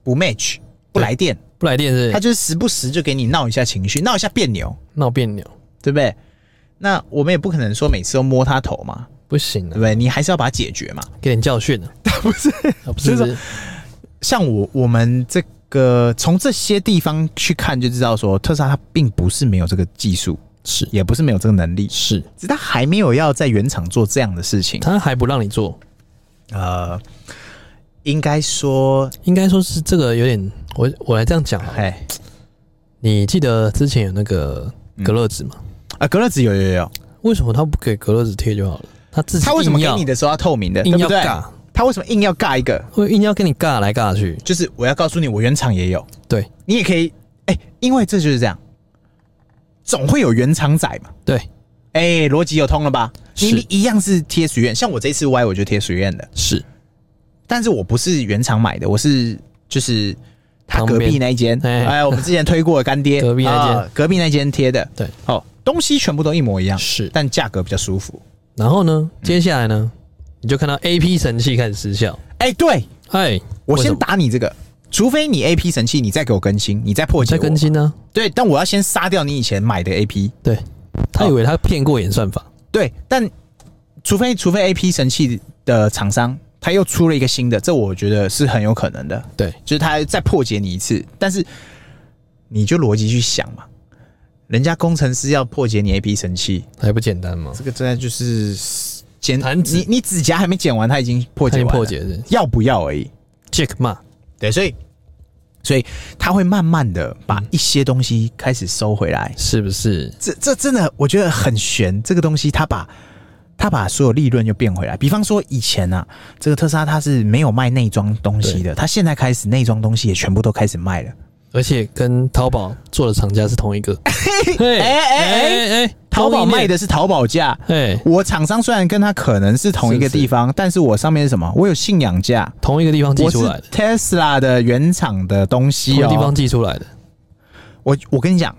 S2: 不 match 不来电，
S1: 不来电是
S2: 它就是时不时就给你闹一下情绪，闹一下别扭，
S1: 闹别扭，
S2: 对不对？那我们也不可能说每次都摸它头嘛，
S1: 不行
S2: 对
S1: 啊
S2: 不，对？你还是要把它解决嘛。
S1: 给点教
S2: *laughs*
S1: 训啊，不是，不，
S2: 就是是像我我们这个从这些地方去看就知道说，特斯拉它并不是没有这个技术，
S1: 是
S2: 也不是没有这个能力，
S1: 是，
S2: 只是它还没有要在原厂做这样的事情。
S1: 他还不让你做，
S2: 呃，应该说，
S1: 应该说是这个有点，我我来这样讲啊，
S2: 哎
S1: 你记得之前有那个隔热纸吗？
S2: 啊，格勒子有有有有，
S1: 为什么他不给隔热纸贴就好了？他自己
S2: 他为什么
S1: 硬
S2: 给
S1: 要
S2: 你的时候要透明的，对
S1: 硬
S2: 不
S1: 要
S2: 对？
S1: 尬，
S2: 他为什么硬要尬一个？
S1: 会硬要跟你尬来尬去？
S2: 就是我要告诉你，我原厂也有，
S1: 对
S2: 你也可以，哎、因为这就是这样，总会有原厂仔嘛。
S1: 对，
S2: 哎、逻辑有通了吧？你
S1: 是
S2: 你一样是贴许愿，像我这次 Y 我就贴许愿的，
S1: 是
S2: 但是我不是原厂买的，我是就是他
S1: 旁
S2: 隔
S1: 边
S2: 壁那一间，
S1: 哎
S2: 哎，我们之前推过的干
S1: *laughs*
S2: 爹，
S1: 隔壁那间
S2: 啊隔壁那间贴的，
S1: 对，
S2: 哦，东西全部都一模一样，
S1: 是。
S2: 嗯但价格比较舒服。
S1: 然后呢，接下来呢，你就看到 A P 神器开始失效。
S2: 哎、对
S1: 哎，为
S2: 我
S1: 什
S2: 先
S1: 么
S2: 打你这个，除非你 A P 神器，你再给我更新，你再破解
S1: 在
S2: 我
S1: 更，新呢、
S2: 对，但我要先杀掉你以前买的 A P，
S1: 对，他以为他骗过演算法，
S2: 对，但除非除非 A P 神器的厂商他又出了一个新的，这我觉得是很有可能的，
S1: 对，
S2: 就是他再破解你一次，但是你就逻辑去想嘛，人家工程师要破解你 A P 神器，
S1: 还不简单吗？
S2: 这个真的就是剪
S1: 弹指
S2: 你你指甲还没剪完，他已经破
S1: 他
S2: 解
S1: 已经
S2: 完了，
S1: 破解是
S2: 要不要而已，
S1: Jack 嘛，
S2: 对，所以所以他会慢慢的把
S1: 嗯
S2: 一些东西开始收回来。
S1: 是不是？
S2: 这这真的我觉得很悬，这个东西他把他把所有利润又变回来。比方说以前啊，这个特斯拉它是没有卖内装东西的，它现在开始内装东西也全部都开始卖了。
S1: 而且跟淘宝做的厂家是同一个。哎
S2: *laughs* 哎哎
S1: 哎，
S2: 淘宝卖
S1: 的，
S2: 的是淘宝价，
S1: 哎，
S2: 我厂商虽然跟它可能是同一个
S1: 是是
S2: 地方，但是我上面是什么？我有信仰价，
S1: 同一个地方寄
S2: 我是
S1: 出来的，
S2: Tesla 的原厂的东
S1: 同
S2: 西
S1: 一个地
S2: 哦
S1: 方。寄出来的，
S2: 我我跟你讲，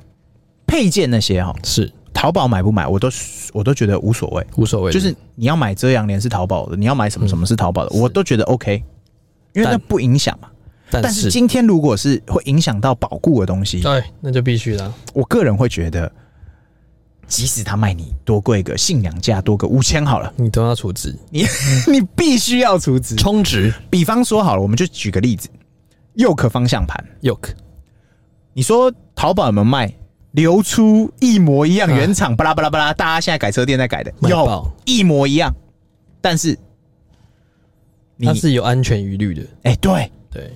S2: 配件那些哈、哦，
S1: 是
S2: 淘宝买不买，我都我都觉得无所谓。
S1: 无所谓的，
S2: 就是你要买遮阳帘是淘宝的，你要买什
S1: 嗯
S2: 么什么是淘宝的，我都觉得 OK，因为那
S1: 但
S2: 不影响嘛。
S1: 但
S2: 但是
S1: 是
S2: 今天如果是会影响到保固的东西，
S1: 哎，那就必须的啊，
S2: 我个人会觉得，即使他卖你多贵个信仰价多个五千好了，
S1: 你都要处置，
S2: 你 *laughs* 你必须要除值。
S1: 充值
S2: 比方说好了，我们就举个例子，右壳方向盘，
S1: yoke，
S2: 你说淘宝有没有卖？流出一模一样，
S1: 啊
S2: 原厂巴拉巴拉巴拉，大家现在改车店在改的，
S1: 卖
S2: 有
S1: 爆
S2: 一模一样，但是你
S1: 它是有安全疑虑的，
S2: 哎、对，
S1: 对，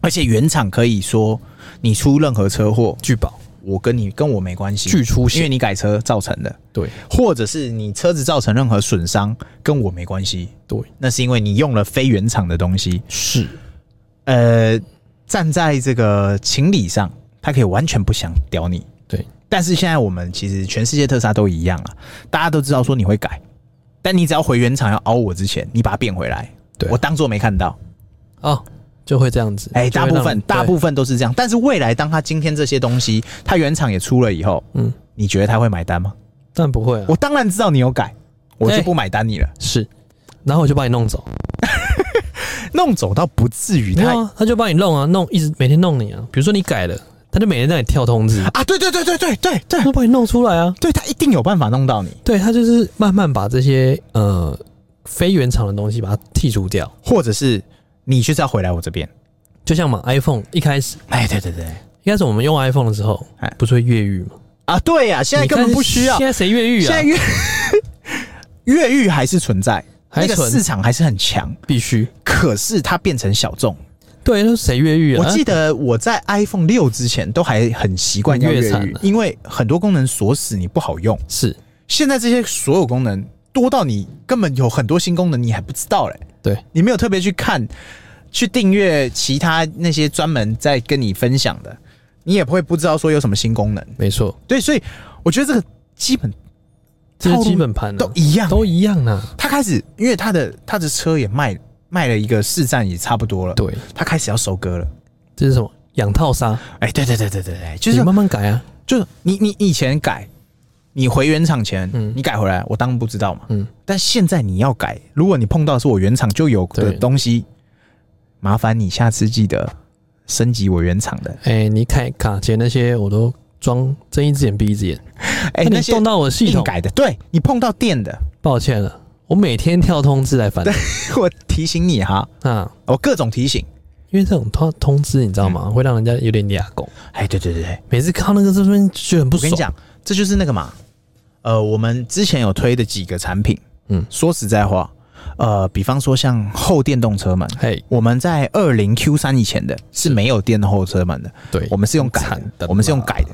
S2: 而且原厂可以说你出任何车祸，
S1: 拒保
S2: 我跟你跟我没关系，
S1: 拒出
S2: 因为
S1: 险，
S2: 你改车造成的，
S1: 对
S2: 或者是你车子造成任何损伤，跟我没关系，
S1: 对
S2: 那是因为你用了非原厂的东西。
S1: 是，
S2: 呃，站在这个情理上，他可以完全不想屌你。
S1: 对，
S2: 但是现在我们其实全世界特斯拉都一样啊，大家都知道说你会改，但你只要回原厂要凹我之前，你把它变回来，
S1: 对
S2: 我当做没看到。
S1: 哦，就会这样子。
S2: 哎、
S1: 就
S2: 大
S1: 会
S2: 部
S1: 让
S2: 分
S1: 你
S2: 大部分都是这样。但是未来，当他今天这些东西，他原厂也出了以后，
S1: 对嗯，
S2: 你觉得他会买单吗？
S1: 但不会啊，
S2: 我当然知道你有改，我就
S1: 哎
S2: 不买单你了。
S1: 是，然后我就把你弄走，
S2: 弄走倒不至于
S1: 没
S2: 他
S1: 有啊，他就把你弄啊，弄一直每天弄你啊。比如说你改了，他就每天让你跳通知，
S2: 啊，对对对对对对对
S1: 他就把你弄出来啊。
S2: 对，他一定有办法弄到你，
S1: 对他就是慢慢把这些呃非原厂的东西把它剔除掉，
S2: 或者是你就是要回来我这边。
S1: 就像嘛 iPhone 一开始
S2: 哎，对对对，
S1: 一开始我们用 iPhone 的时候
S2: 哎，
S1: 不是会越狱吗？
S2: 啊，对呀、现在
S1: 你看
S2: 根本不需要
S1: 现，在谁越狱
S2: 现
S1: 啊
S2: 在？越
S1: *laughs*
S2: 越狱还是存在，
S1: 还
S2: 那个
S1: 存
S2: 市场还是很强，
S1: 必须
S2: 可是它变成小众。
S1: 对，那谁越狱啊？
S2: 我记得我在 iPhone 六之前都还很习惯要
S1: 越
S2: 越
S1: 惨啊
S2: 狱
S1: 了，
S2: 因为很多功能锁死你不好用。
S1: 是
S2: 现在这些所有功能多到你根本有很多新功能你还不知道嘞，欸
S1: 对，
S2: 你没有特别去看、去订阅其他那些专门在跟你分享的，你也不会不知道说有什么新功能。
S1: 没错，
S2: 对，所以我觉得这个基本
S1: 这
S2: 套
S1: 是
S2: 路
S1: 基本盘啊
S2: 都一样。
S1: 都一样啊。
S2: 他开始，因为他的他的车也卖卖了一个市占也差不多了，
S1: 对，
S2: 他开始要收割了。
S1: 这是什么养套杀？
S2: 哎，对对对对对对，就
S1: 你
S2: 是
S1: 慢慢改啊。
S2: 就是你你以前改，你回原厂前，
S1: 嗯
S2: 你改回来，我当然不知道嘛。
S1: 嗯，
S2: 但现在你要改，如果你碰到是我原厂就有的
S1: 对
S2: 东西，麻烦你下次记得升级我原厂的。
S1: 哎、你看卡钳那些我都装睁一只眼闭一只眼。
S2: 哎、
S1: 那
S2: 那
S1: 你
S2: 些
S1: 动到我的系
S2: 硬
S1: 统，
S2: 改的，对你碰到电的， *laughs*
S1: 抱歉了，我每天跳通知来烦
S2: 我提醒你哈，
S1: 你啊。
S2: 我各种提醒。
S1: 因为这种通通知，你知道
S2: 嗯
S1: 吗？会让人家有点俩拱。
S2: 哎，对对对对，
S1: 每次看到那个这边就觉得很不
S2: 我跟
S1: 爽。
S2: 你讲，这就是那个嘛，呃，我们之前有推的几个产品，
S1: 嗯
S2: 说实在话，呃，比方说像后电动车门，
S1: 嘿，
S2: 我们在二零 Q 三以前的是没有电动后车门的，
S1: 对，
S2: 我们是用改
S1: 哎很惨
S2: 的，我们是用改的。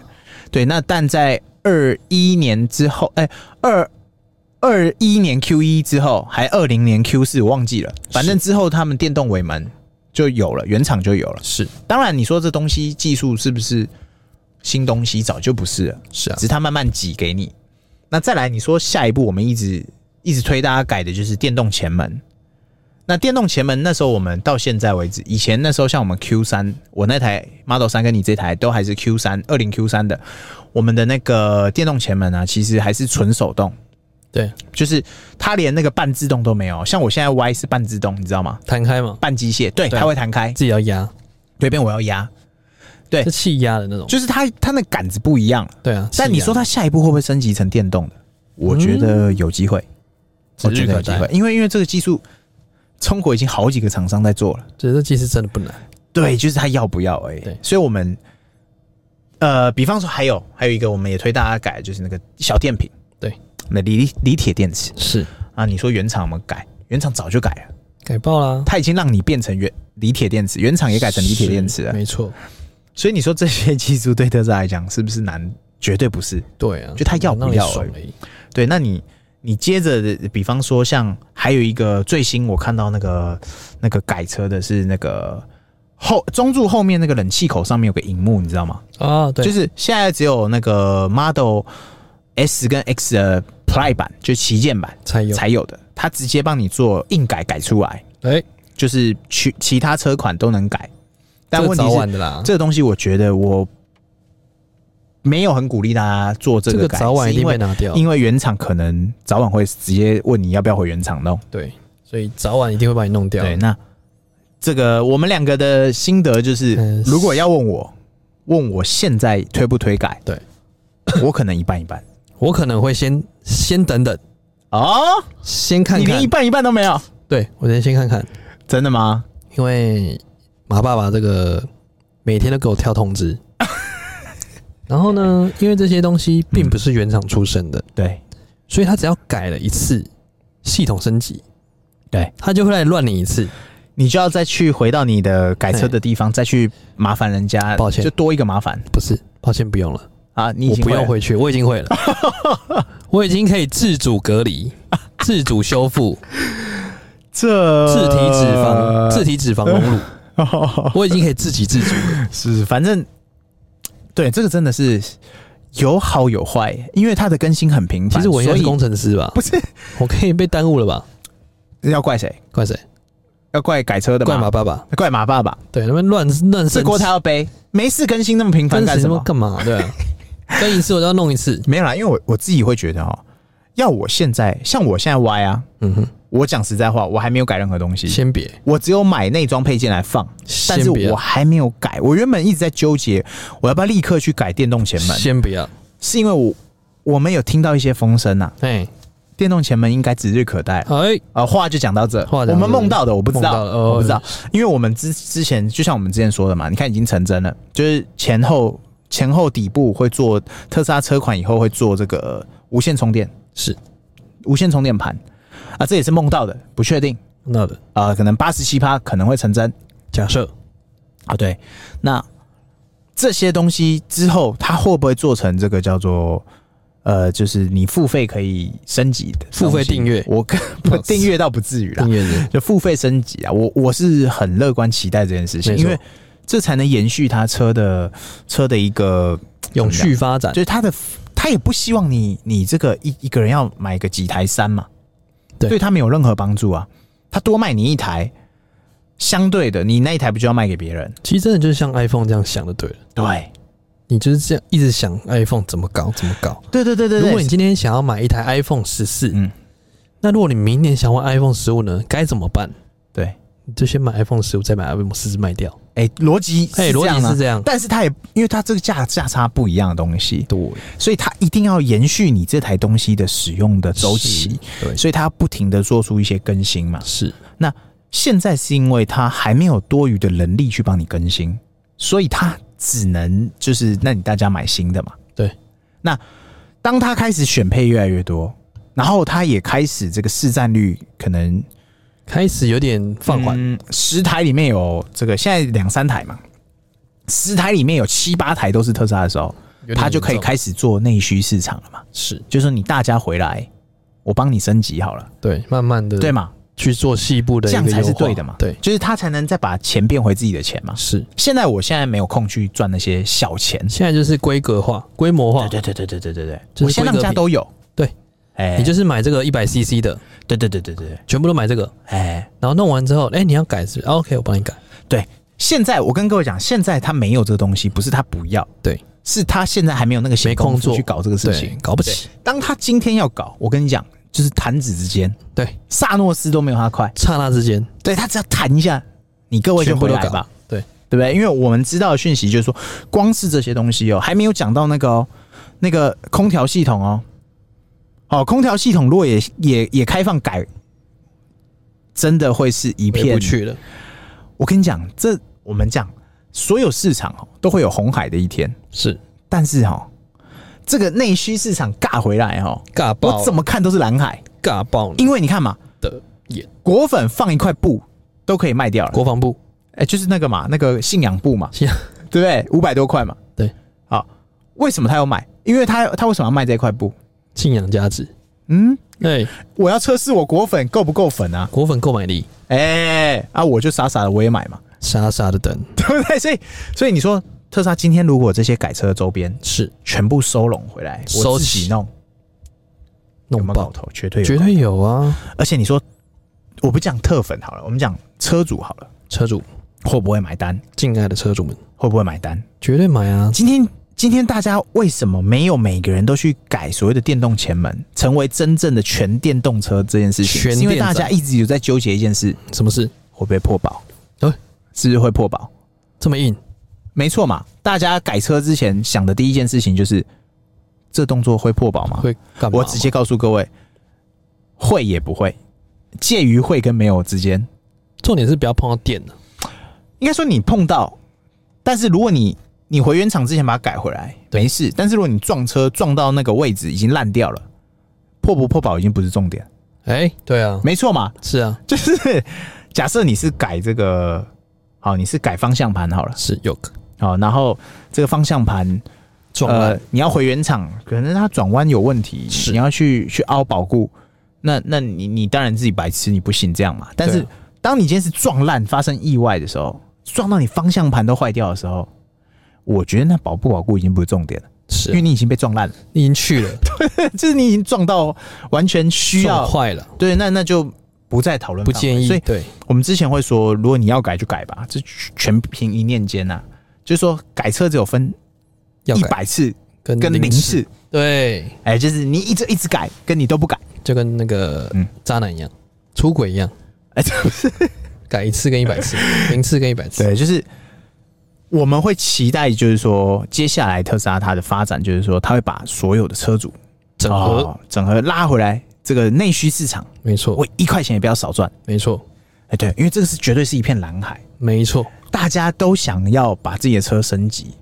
S2: 对，那但在二一年之后，哎、二二一年 Q 一之后，还二零年 Q 四，我忘记了。反正之后他们电动尾门就有了，原厂就有了。
S1: 是
S2: 当然，你说这东西技术是不是新东西，早就不是了，
S1: 是啊
S2: 只，是它慢慢挤给你。那再来，你说下一步我们一直一直推大家改的就是电动前门。那电动前门那时候我们到现在为止，以前那时候像我们 Q 三，我那台 Model 三跟你这台都还是 Q 三二零 Q 三的，我们的那个电动前门啊，其实还是纯手动，
S1: 对，
S2: 就是它连那个半自动都没有。像我现在 Y 是半自动，你知道吗？
S1: 弹开嘛，
S2: 半机械，对，
S1: 对
S2: 它会弹开，
S1: 自己要压，
S2: 随便我要压，
S1: 是气压的那种。
S2: 哎就是它它那杆子不一样了。
S1: 对啊，
S2: 但你
S1: 气压
S2: 说它下一步会不会升级成电动的？我觉得有机会，
S1: 嗯指
S2: 我
S1: 日
S2: 觉得有
S1: 可
S2: 机
S1: 待
S2: 会，，因为因为这个技术，中国已经好几个厂商在做了。
S1: 觉得其实真的不难。
S2: 对，就是他要不要而已
S1: 对。
S2: 所以我们，呃，比方说还有还有一个，我们也推大家改，就是那个小电瓶，
S1: 对，
S2: 那锂锂铁电池
S1: 是
S2: 啊。你说原厂我们改，原厂早就改了，
S1: 改爆啦，
S2: 它已经让你变成原锂铁电池，原厂也改成锂铁电池啊
S1: 是
S2: 了。
S1: 没错。
S2: 所以你说这些技术对特斯拉来讲是不是难？绝对不是。
S1: 对啊，
S2: 就它要不
S1: 让你
S2: 要
S1: 爽
S2: 而
S1: 而已。
S2: 对，那你你接着的，比方说像还有一个最新我看到那个那个改车的是那个后中柱后面那个冷气口上面有个荧幕，你知道吗？
S1: 啊，对，
S2: 就是是现在只有那个 Model S 跟 X 的 Play 版，就旗舰版
S1: 才有。
S2: 才有的，它直接帮你做硬改改出来，
S1: 哎，
S2: 就是其其他车款都能改。但
S1: 这
S2: 问题
S1: 早
S2: 是，
S1: 晚的啊啦，
S2: 这个东西我觉得我没有很鼓励大家做这
S1: 这
S2: 个
S1: 个
S2: 改，
S1: 早晚一
S2: 是因
S1: 定
S2: 为
S1: 被拿掉。
S2: 因为原厂可能早晚会直接问你要不要回原厂弄。
S1: 对，所以早晚一定会把你弄掉。
S2: 对，那这个我们两个的心得就是，
S1: 嗯
S2: 如果要问我，问我现在推不推改，
S1: 对
S2: *coughs* 我可能一半一半。
S1: 我可能会先先等等，
S2: 哦，
S1: 先啊看
S2: 你连
S1: 看
S2: 一。半一半都没有，
S1: 对我先先看看，
S2: 真的吗？
S1: 因为马爸爸这个每天都给我跳通 *laughs* 知。然后呢，因为这些东西并不是原厂出生的，
S2: 对，
S1: 所以他只要改了一次系统升级，
S2: 对
S1: 他就会来乱你一次。
S2: 你就要再去回到你的改车的地方，再去麻烦人家，
S1: 抱歉
S2: 就多一个麻烦
S1: 不是，抱歉，不用了，
S2: 啊！你已
S1: 我
S2: 经
S1: 不用
S2: 了
S1: 回去，我已经会了， *laughs* 我已经可以自主隔 *laughs* 离、自主修复、
S2: 这
S1: 自体脂肪、
S2: *laughs*
S1: 自体脂肪融入，
S2: 肪
S1: 我已经可以自给 *laughs* 自足了。
S2: 是，反正对这个真的是有好有坏，因为它的更新很频
S1: 其
S2: 繁。
S1: 实我应该
S2: 所
S1: 是
S2: 以
S1: 工程师吧
S2: 不，是
S1: 我可以被耽误了吧？
S2: 要怪谁？
S1: 怪谁？
S2: 要怪改车的
S1: 怪
S2: 吗？
S1: 马爸爸？
S2: 怪马爸爸，
S1: 对，他们乱乱
S2: 这
S1: 升
S2: 锅他要背。没事更新那么频繁
S1: 跟
S2: 干
S1: 什
S2: 什
S1: 么
S2: 么？
S1: 干嘛？对啊， *laughs* 跟一次我就要弄一次。
S2: 没有啦，因为我我自己会觉得哦，要我现在像我现在歪啊，
S1: 嗯哼，
S2: 我讲实在话，我还没有改任何东西，
S1: 先别，
S2: 我只有买内装配件来放，但
S1: 先啊
S2: 是
S1: 不
S2: 我
S1: 要，
S2: 还没有改。我原本一直在纠结，我要不要立刻去改电动前门，
S1: 先不要。
S2: 是因为我我们有听到一些风声呐、啊，
S1: 哎，
S2: 电动前门应该指日可待。
S1: 哎，
S2: 呃，话就讲到这，
S1: 话讲到这
S2: 我们梦到的我不知
S1: 梦
S2: 道，
S1: 到的哦
S2: 我不知道，因为我们之之前就像我们之前说的嘛，你看已经成真了，就是前后前后底部会做特斯拉车款以后会做这个无线充电，
S1: 是
S2: 无线充电盘啊，这也是梦到的，不确定
S1: 那的
S2: 啊、可能八十七趴可能会成真
S1: 假设，
S2: 啊。对，那这些东西之后，它会不会做成这个叫做呃，就是你付费可以升级的
S1: 付费
S2: 东西
S1: 订阅
S2: 我
S1: *laughs*
S2: 不订阅倒不至于啦
S1: 订，阅人
S2: 就付费升级啊，我我是很乐观期待这件事情，
S1: 没错
S2: 因为这才能延续它车的车的一个
S1: 永续发展
S2: 就，是他的他也不希望你你这个一一个人要买个几台山嘛，
S1: 对
S2: 他没有任何帮助啊。他多卖你一台，相对的，你那一台不就要卖给别人？
S1: 其实真的就是像 iPhone 这样想的，对了，
S2: 对，
S1: 你就是这样一直想 iPhone 怎么搞怎么搞。
S2: 对对对对对。
S1: 如果你今天想要买一台 iPhone 十四，
S2: 嗯
S1: 那如果你明年想换 iPhone 十五呢，该怎么办？
S2: 对，
S1: 你就先买 iPhone 十五，再把 iPhone 十四卖掉。
S2: 哎、逻辑是
S1: 哎，
S2: 这
S1: 逻
S2: 样
S1: 辑
S2: 啊
S1: 是这样，
S2: 但是他也因为他这个价价差不一样的东西，
S1: 对，
S2: 所以他一定要延续你这台东西的使用的周期，
S1: 是，对，
S2: 所以他不停的做出一些更新嘛。
S1: 是
S2: 现在是因为它还没有多余的能力去帮你更新，所以它只能就是那你大家买新的嘛。
S1: 对，
S2: 那当它开始选配越来越多，然后它也开始这个市占率可能
S1: 开始有点放缓，
S2: 嗯十台里面有这个现在两三台嘛，十台里面有七八台都是特斯拉的时候，
S1: 有点
S2: 它就可以
S1: 严重
S2: 开始做内需市场了嘛。
S1: 是，
S2: 就是说你大家回来，我帮你升级好了，
S1: 对，慢慢的
S2: 对嘛？
S1: 去做细部的
S2: 这
S1: 一个
S2: 样才是
S1: 优化
S2: 对的嘛。
S1: 对，
S2: 就是他才能再把钱变回自己的钱嘛。
S1: 是。
S2: 现在我现在没有空去赚那些小钱。
S1: 现在就是规格化、规模化，
S2: 对对对对对对对
S1: 就是
S2: 我现在让家都有。
S1: 对，
S2: 哎，
S1: 你就是买这个一百 CC 的，
S2: 对对对对对，对
S1: 全部都买这个，
S2: 哎，
S1: 然后弄完之后，哎、你要改是不是、啊、OK，我帮你改。
S2: 对。现在我跟各位讲，现在他没有这个东西，不是他不要，
S1: 对，
S2: 是他现在还没有那个闲
S1: 没空
S2: 工夫
S1: 做
S2: 去搞这个事
S1: 对
S2: 情，。
S1: 搞不起。
S2: 当他今天要搞，我跟你讲，就是弹指之间，
S1: 对，
S2: 萨诺斯都没有他快。
S1: 刹那之间，
S2: 对他只要弹一下，你各位就
S1: 全部
S2: 回
S1: 都
S2: 来
S1: 搞
S2: 吧，。
S1: 对，
S2: 对不对？因为我们知道的讯息就是说，光是这些东西哦，还没有讲到那个哦，那个空调系统哦，哦，空调系统如果也也也开放改，真的会是一
S1: 回
S2: 片
S1: 不。去了。
S2: 我跟你讲，这我们讲所有市场哦都会有红海的一天，
S1: 是
S2: 但是哈、哦，这个内需市场尬回来哦，
S1: 尬爆，
S2: 我怎么嗯看都是蓝海，
S1: 尬爆你
S2: 因为你看嘛，
S1: 的眼？
S2: 果粉放一块布都可以卖掉了。
S1: 国防部
S2: 哎、就是那个嘛，那个信仰部嘛，
S1: 信仰
S2: 对不对？五百多块嘛，
S1: 对，
S2: 好，为什么他要买？因为他他为什么要卖这块布？
S1: *laughs* 信仰价值，
S2: 嗯，
S1: 哎、
S2: 我要测试我果粉够不够粉啊？
S1: 果粉购买力
S2: 哎、啊，我就傻傻的我也买嘛， *laughs*
S1: 傻傻的等，
S2: 对不对？所以所以你说特斯拉今天如果这些改车的周边
S1: 是
S2: 全部收拢回来，
S1: 收
S2: 我自
S1: 起
S2: 己弄，有
S1: 弄
S2: 没有搞
S1: 爆，
S2: 头？绝对有
S1: 绝
S2: 搞
S1: 对有啊！
S2: 头。而且你说，我不讲特粉好了，我们讲车主好了，
S1: 车主，
S2: 会不会买单？
S1: 敬爱的车主们，
S2: 会不会买单？
S1: 绝对买啊！
S2: 今天今天大家为什么没有每个人都去改所谓的电动前门，成为真正的全电动车这件事情？
S1: 全
S2: 是因为
S1: 电啊
S2: 大
S1: 仔
S2: 家一直有在纠结一件事，
S1: 什么事？
S2: 会不会破保？
S1: 哎
S2: 是不是会破保？
S1: 这么硬？
S2: 没错嘛，大家改车之前想的第一件事情就是，这动作会破保吗？
S1: 会干嘛？
S2: 我直接告诉各位，会也不会，介于会跟没有之间。
S1: 重点是不要碰到电了，
S2: 应该说你碰到，但是如果你你回原厂之前把它改回来，没事。但是如果你撞车撞到那个位置已经烂掉了，破不破保已经不是重点，
S1: 哎、对啊，
S2: 没错嘛。 *laughs*
S1: 是啊，
S2: 就是假设你是改这个，好，你是改方向盘好了，
S1: 是有
S2: 好，然后这个方向盘
S1: 撞烂、，
S2: 你要回原厂，可能它转弯有问题，
S1: 呃是
S2: 你要去去凹保固，那那你你当然自己白痴，你不行这样嘛。但
S1: 对啊
S2: 是、当你今天是撞烂发生意外的时候，撞到你方向盘都坏掉的时候，我觉得那保不保固已经不是重点了，
S1: 是啊
S2: 因为你已经被撞烂了， *laughs*
S1: 你已经去了，
S2: 就是你已经撞到完全需
S1: 撞
S2: 要
S1: 坏了，
S2: 对，那那就。不再讨论
S1: 不
S2: 范围，
S1: 建议
S2: 所以
S1: 对
S2: 我们之前会说，如果你要改就改吧，这全凭一念间呐、啊就是说，改车只有分
S1: 要
S2: 一
S1: 改
S2: 百次
S1: 跟
S2: 跟零
S1: 次，
S2: 次，
S1: 对，
S2: 哎、就是你一直一直改，跟你都不改，
S1: 就跟那个
S2: 嗯
S1: 渣男一样，出轨一样，
S2: 哎、这不是
S1: *laughs* 改一次跟一百
S2: *laughs*
S1: 次，零次跟一百次，
S2: 对，就是我们会期待，就是说接下来特斯拉它的发展，就是说它会把所有的车主
S1: 整合、
S2: 哦整合拉回来，这个内需市场，
S1: 没错
S2: 我，一块钱也不要少赚，
S1: 没错，
S2: 哎、对，因为这个是绝对是一片蓝海，
S1: 没错，
S2: 大家都想要把自己的车升级，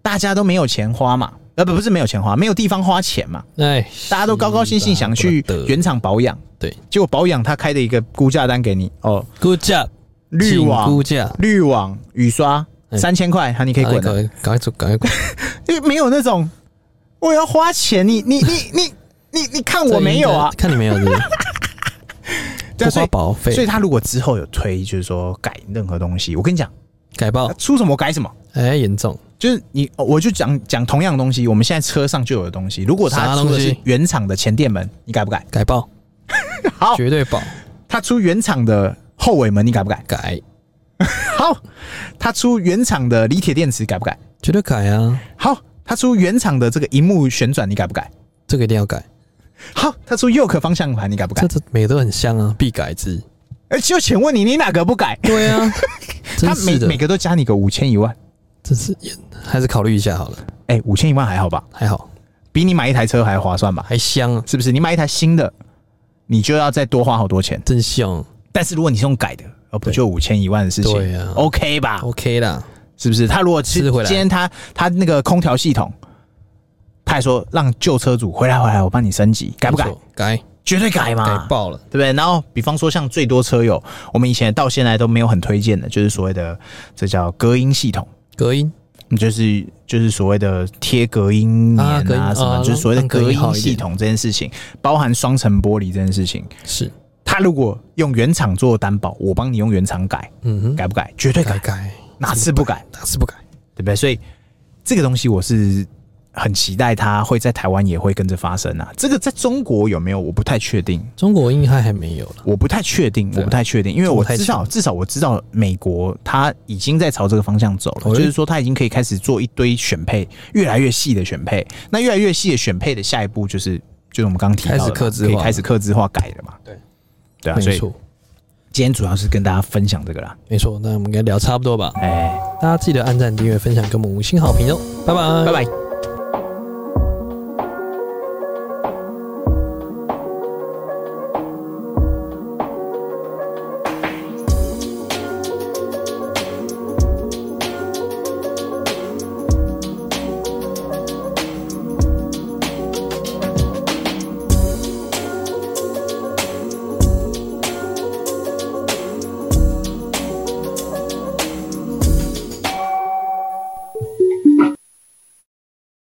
S2: 大家都没有钱花嘛，呃不不是没有钱花，没有地方花钱嘛，
S1: 哎，
S2: 大家都高高兴兴想去原厂保养，
S1: 对，
S2: 结果保养他开的一个估价单给你哦，
S1: Good job，
S2: 滤
S1: 请
S2: 网
S1: 估价，
S2: 滤网雨刷
S1: 哎
S2: 三千块，哈，你可以
S1: 赶快
S2: 滚了，
S1: 赶快走，赶快滚！
S2: 因为没有那种我要花钱，你你你你你你看我没有啊
S1: 这应该，看你没有是不是
S2: *laughs* 对啊
S1: 不
S2: 所
S1: 花
S2: 以
S1: 保
S2: 所以
S1: 费，
S2: 他如果之后有推，就是说改任何东西，我跟你讲，
S1: 改报
S2: 出什么改什么。
S1: 哎严重，
S2: 就是你，哦我就讲讲同样的东西，我们现在车上就有的东西。如果
S1: 啥
S2: 他
S1: 东
S2: 出的
S1: 西
S2: 是原厂的前电门，你改不改？
S1: 改报
S2: *laughs* 好，
S1: 绝对保
S2: 他出原厂的后尾门，你改不改？
S1: 改，
S2: 好，他出原厂的锂铁电池，改不改？
S1: 绝对改啊！
S2: 好，他出原厂的这个荧幕旋转，你改不改？
S1: 这个一定要改，
S2: 好，他出右壳方向盘，你改不改
S1: 这？这每个都很像啊，必改之。
S2: 哎，就请问你，你哪个不改？
S1: 对啊， *laughs* 真
S2: 他每
S1: 是的
S2: 每，个都加你个五千一万，
S1: 真是还是考虑一下好了，
S2: 哎，五千一万还好吧？
S1: 还好
S2: 比你买一台车还划算吧？
S1: 还香啊，
S2: 是不是？你买一台新的，你就要再多花好多钱。
S1: 真香啊
S2: 但是如果你是用改的，而不
S1: 对
S2: 就五千一万的事情，
S1: 对啊
S2: o k 吧？
S1: ，OK 啦，
S2: 是不是？他如果
S1: 吃回来
S2: 今天他他那个空调系统，他还说让旧车主回来回来，我帮你升级，改不改啊
S1: 没？错？改
S2: 绝对改嘛，
S1: 改爆了，
S2: 对不对？然后比方说像最多车友，我们以前到现在都没有很推荐的，就是所谓的这叫隔音系统。
S1: 隔音
S2: 就是就是所谓的贴隔音棉
S1: 啊隔音
S2: 啊什么，
S1: 啊
S2: 就是所谓的
S1: 让
S2: 隔
S1: 隔音好
S2: 音
S1: 一
S2: 系
S1: 点
S2: 统这件事情，包含双层玻璃这件事情，
S1: 是，
S2: 他如果用原厂做担保，我帮你用原厂改，
S1: 嗯哼，
S2: 改不改？绝对改
S1: 改，改
S2: 哪次不改？
S1: 哪次不改？
S2: 对不对？所以这个东西我是很期待它会在台湾也会跟着发生啊。这个在中国有没有？我不太确定，
S1: 中国硬汉还没有了，
S2: 我不太确定，我不太确定，因为
S1: 啊中
S2: 我
S1: 国太
S2: 知道，
S1: 强
S2: 至少我知道美国它已经在朝这个方向走了，
S1: 哦
S2: 就是说它已经可以开始做一堆选配，越来越细的选配。那越来越细的选配的下一步就是，就是我们刚刚提到的嘛
S1: 开始客制化
S2: 可以开始克制化改了嘛？
S1: 对，
S2: 对啊，所
S1: 没
S2: 以
S1: 错。
S2: 今天主要是跟大家分享这个啦。
S1: 没错，那我们应该聊差不多吧？
S2: 哎，
S1: 大家记得按赞、订阅、分享，给我们五星好评哦！拜拜，
S2: 拜拜。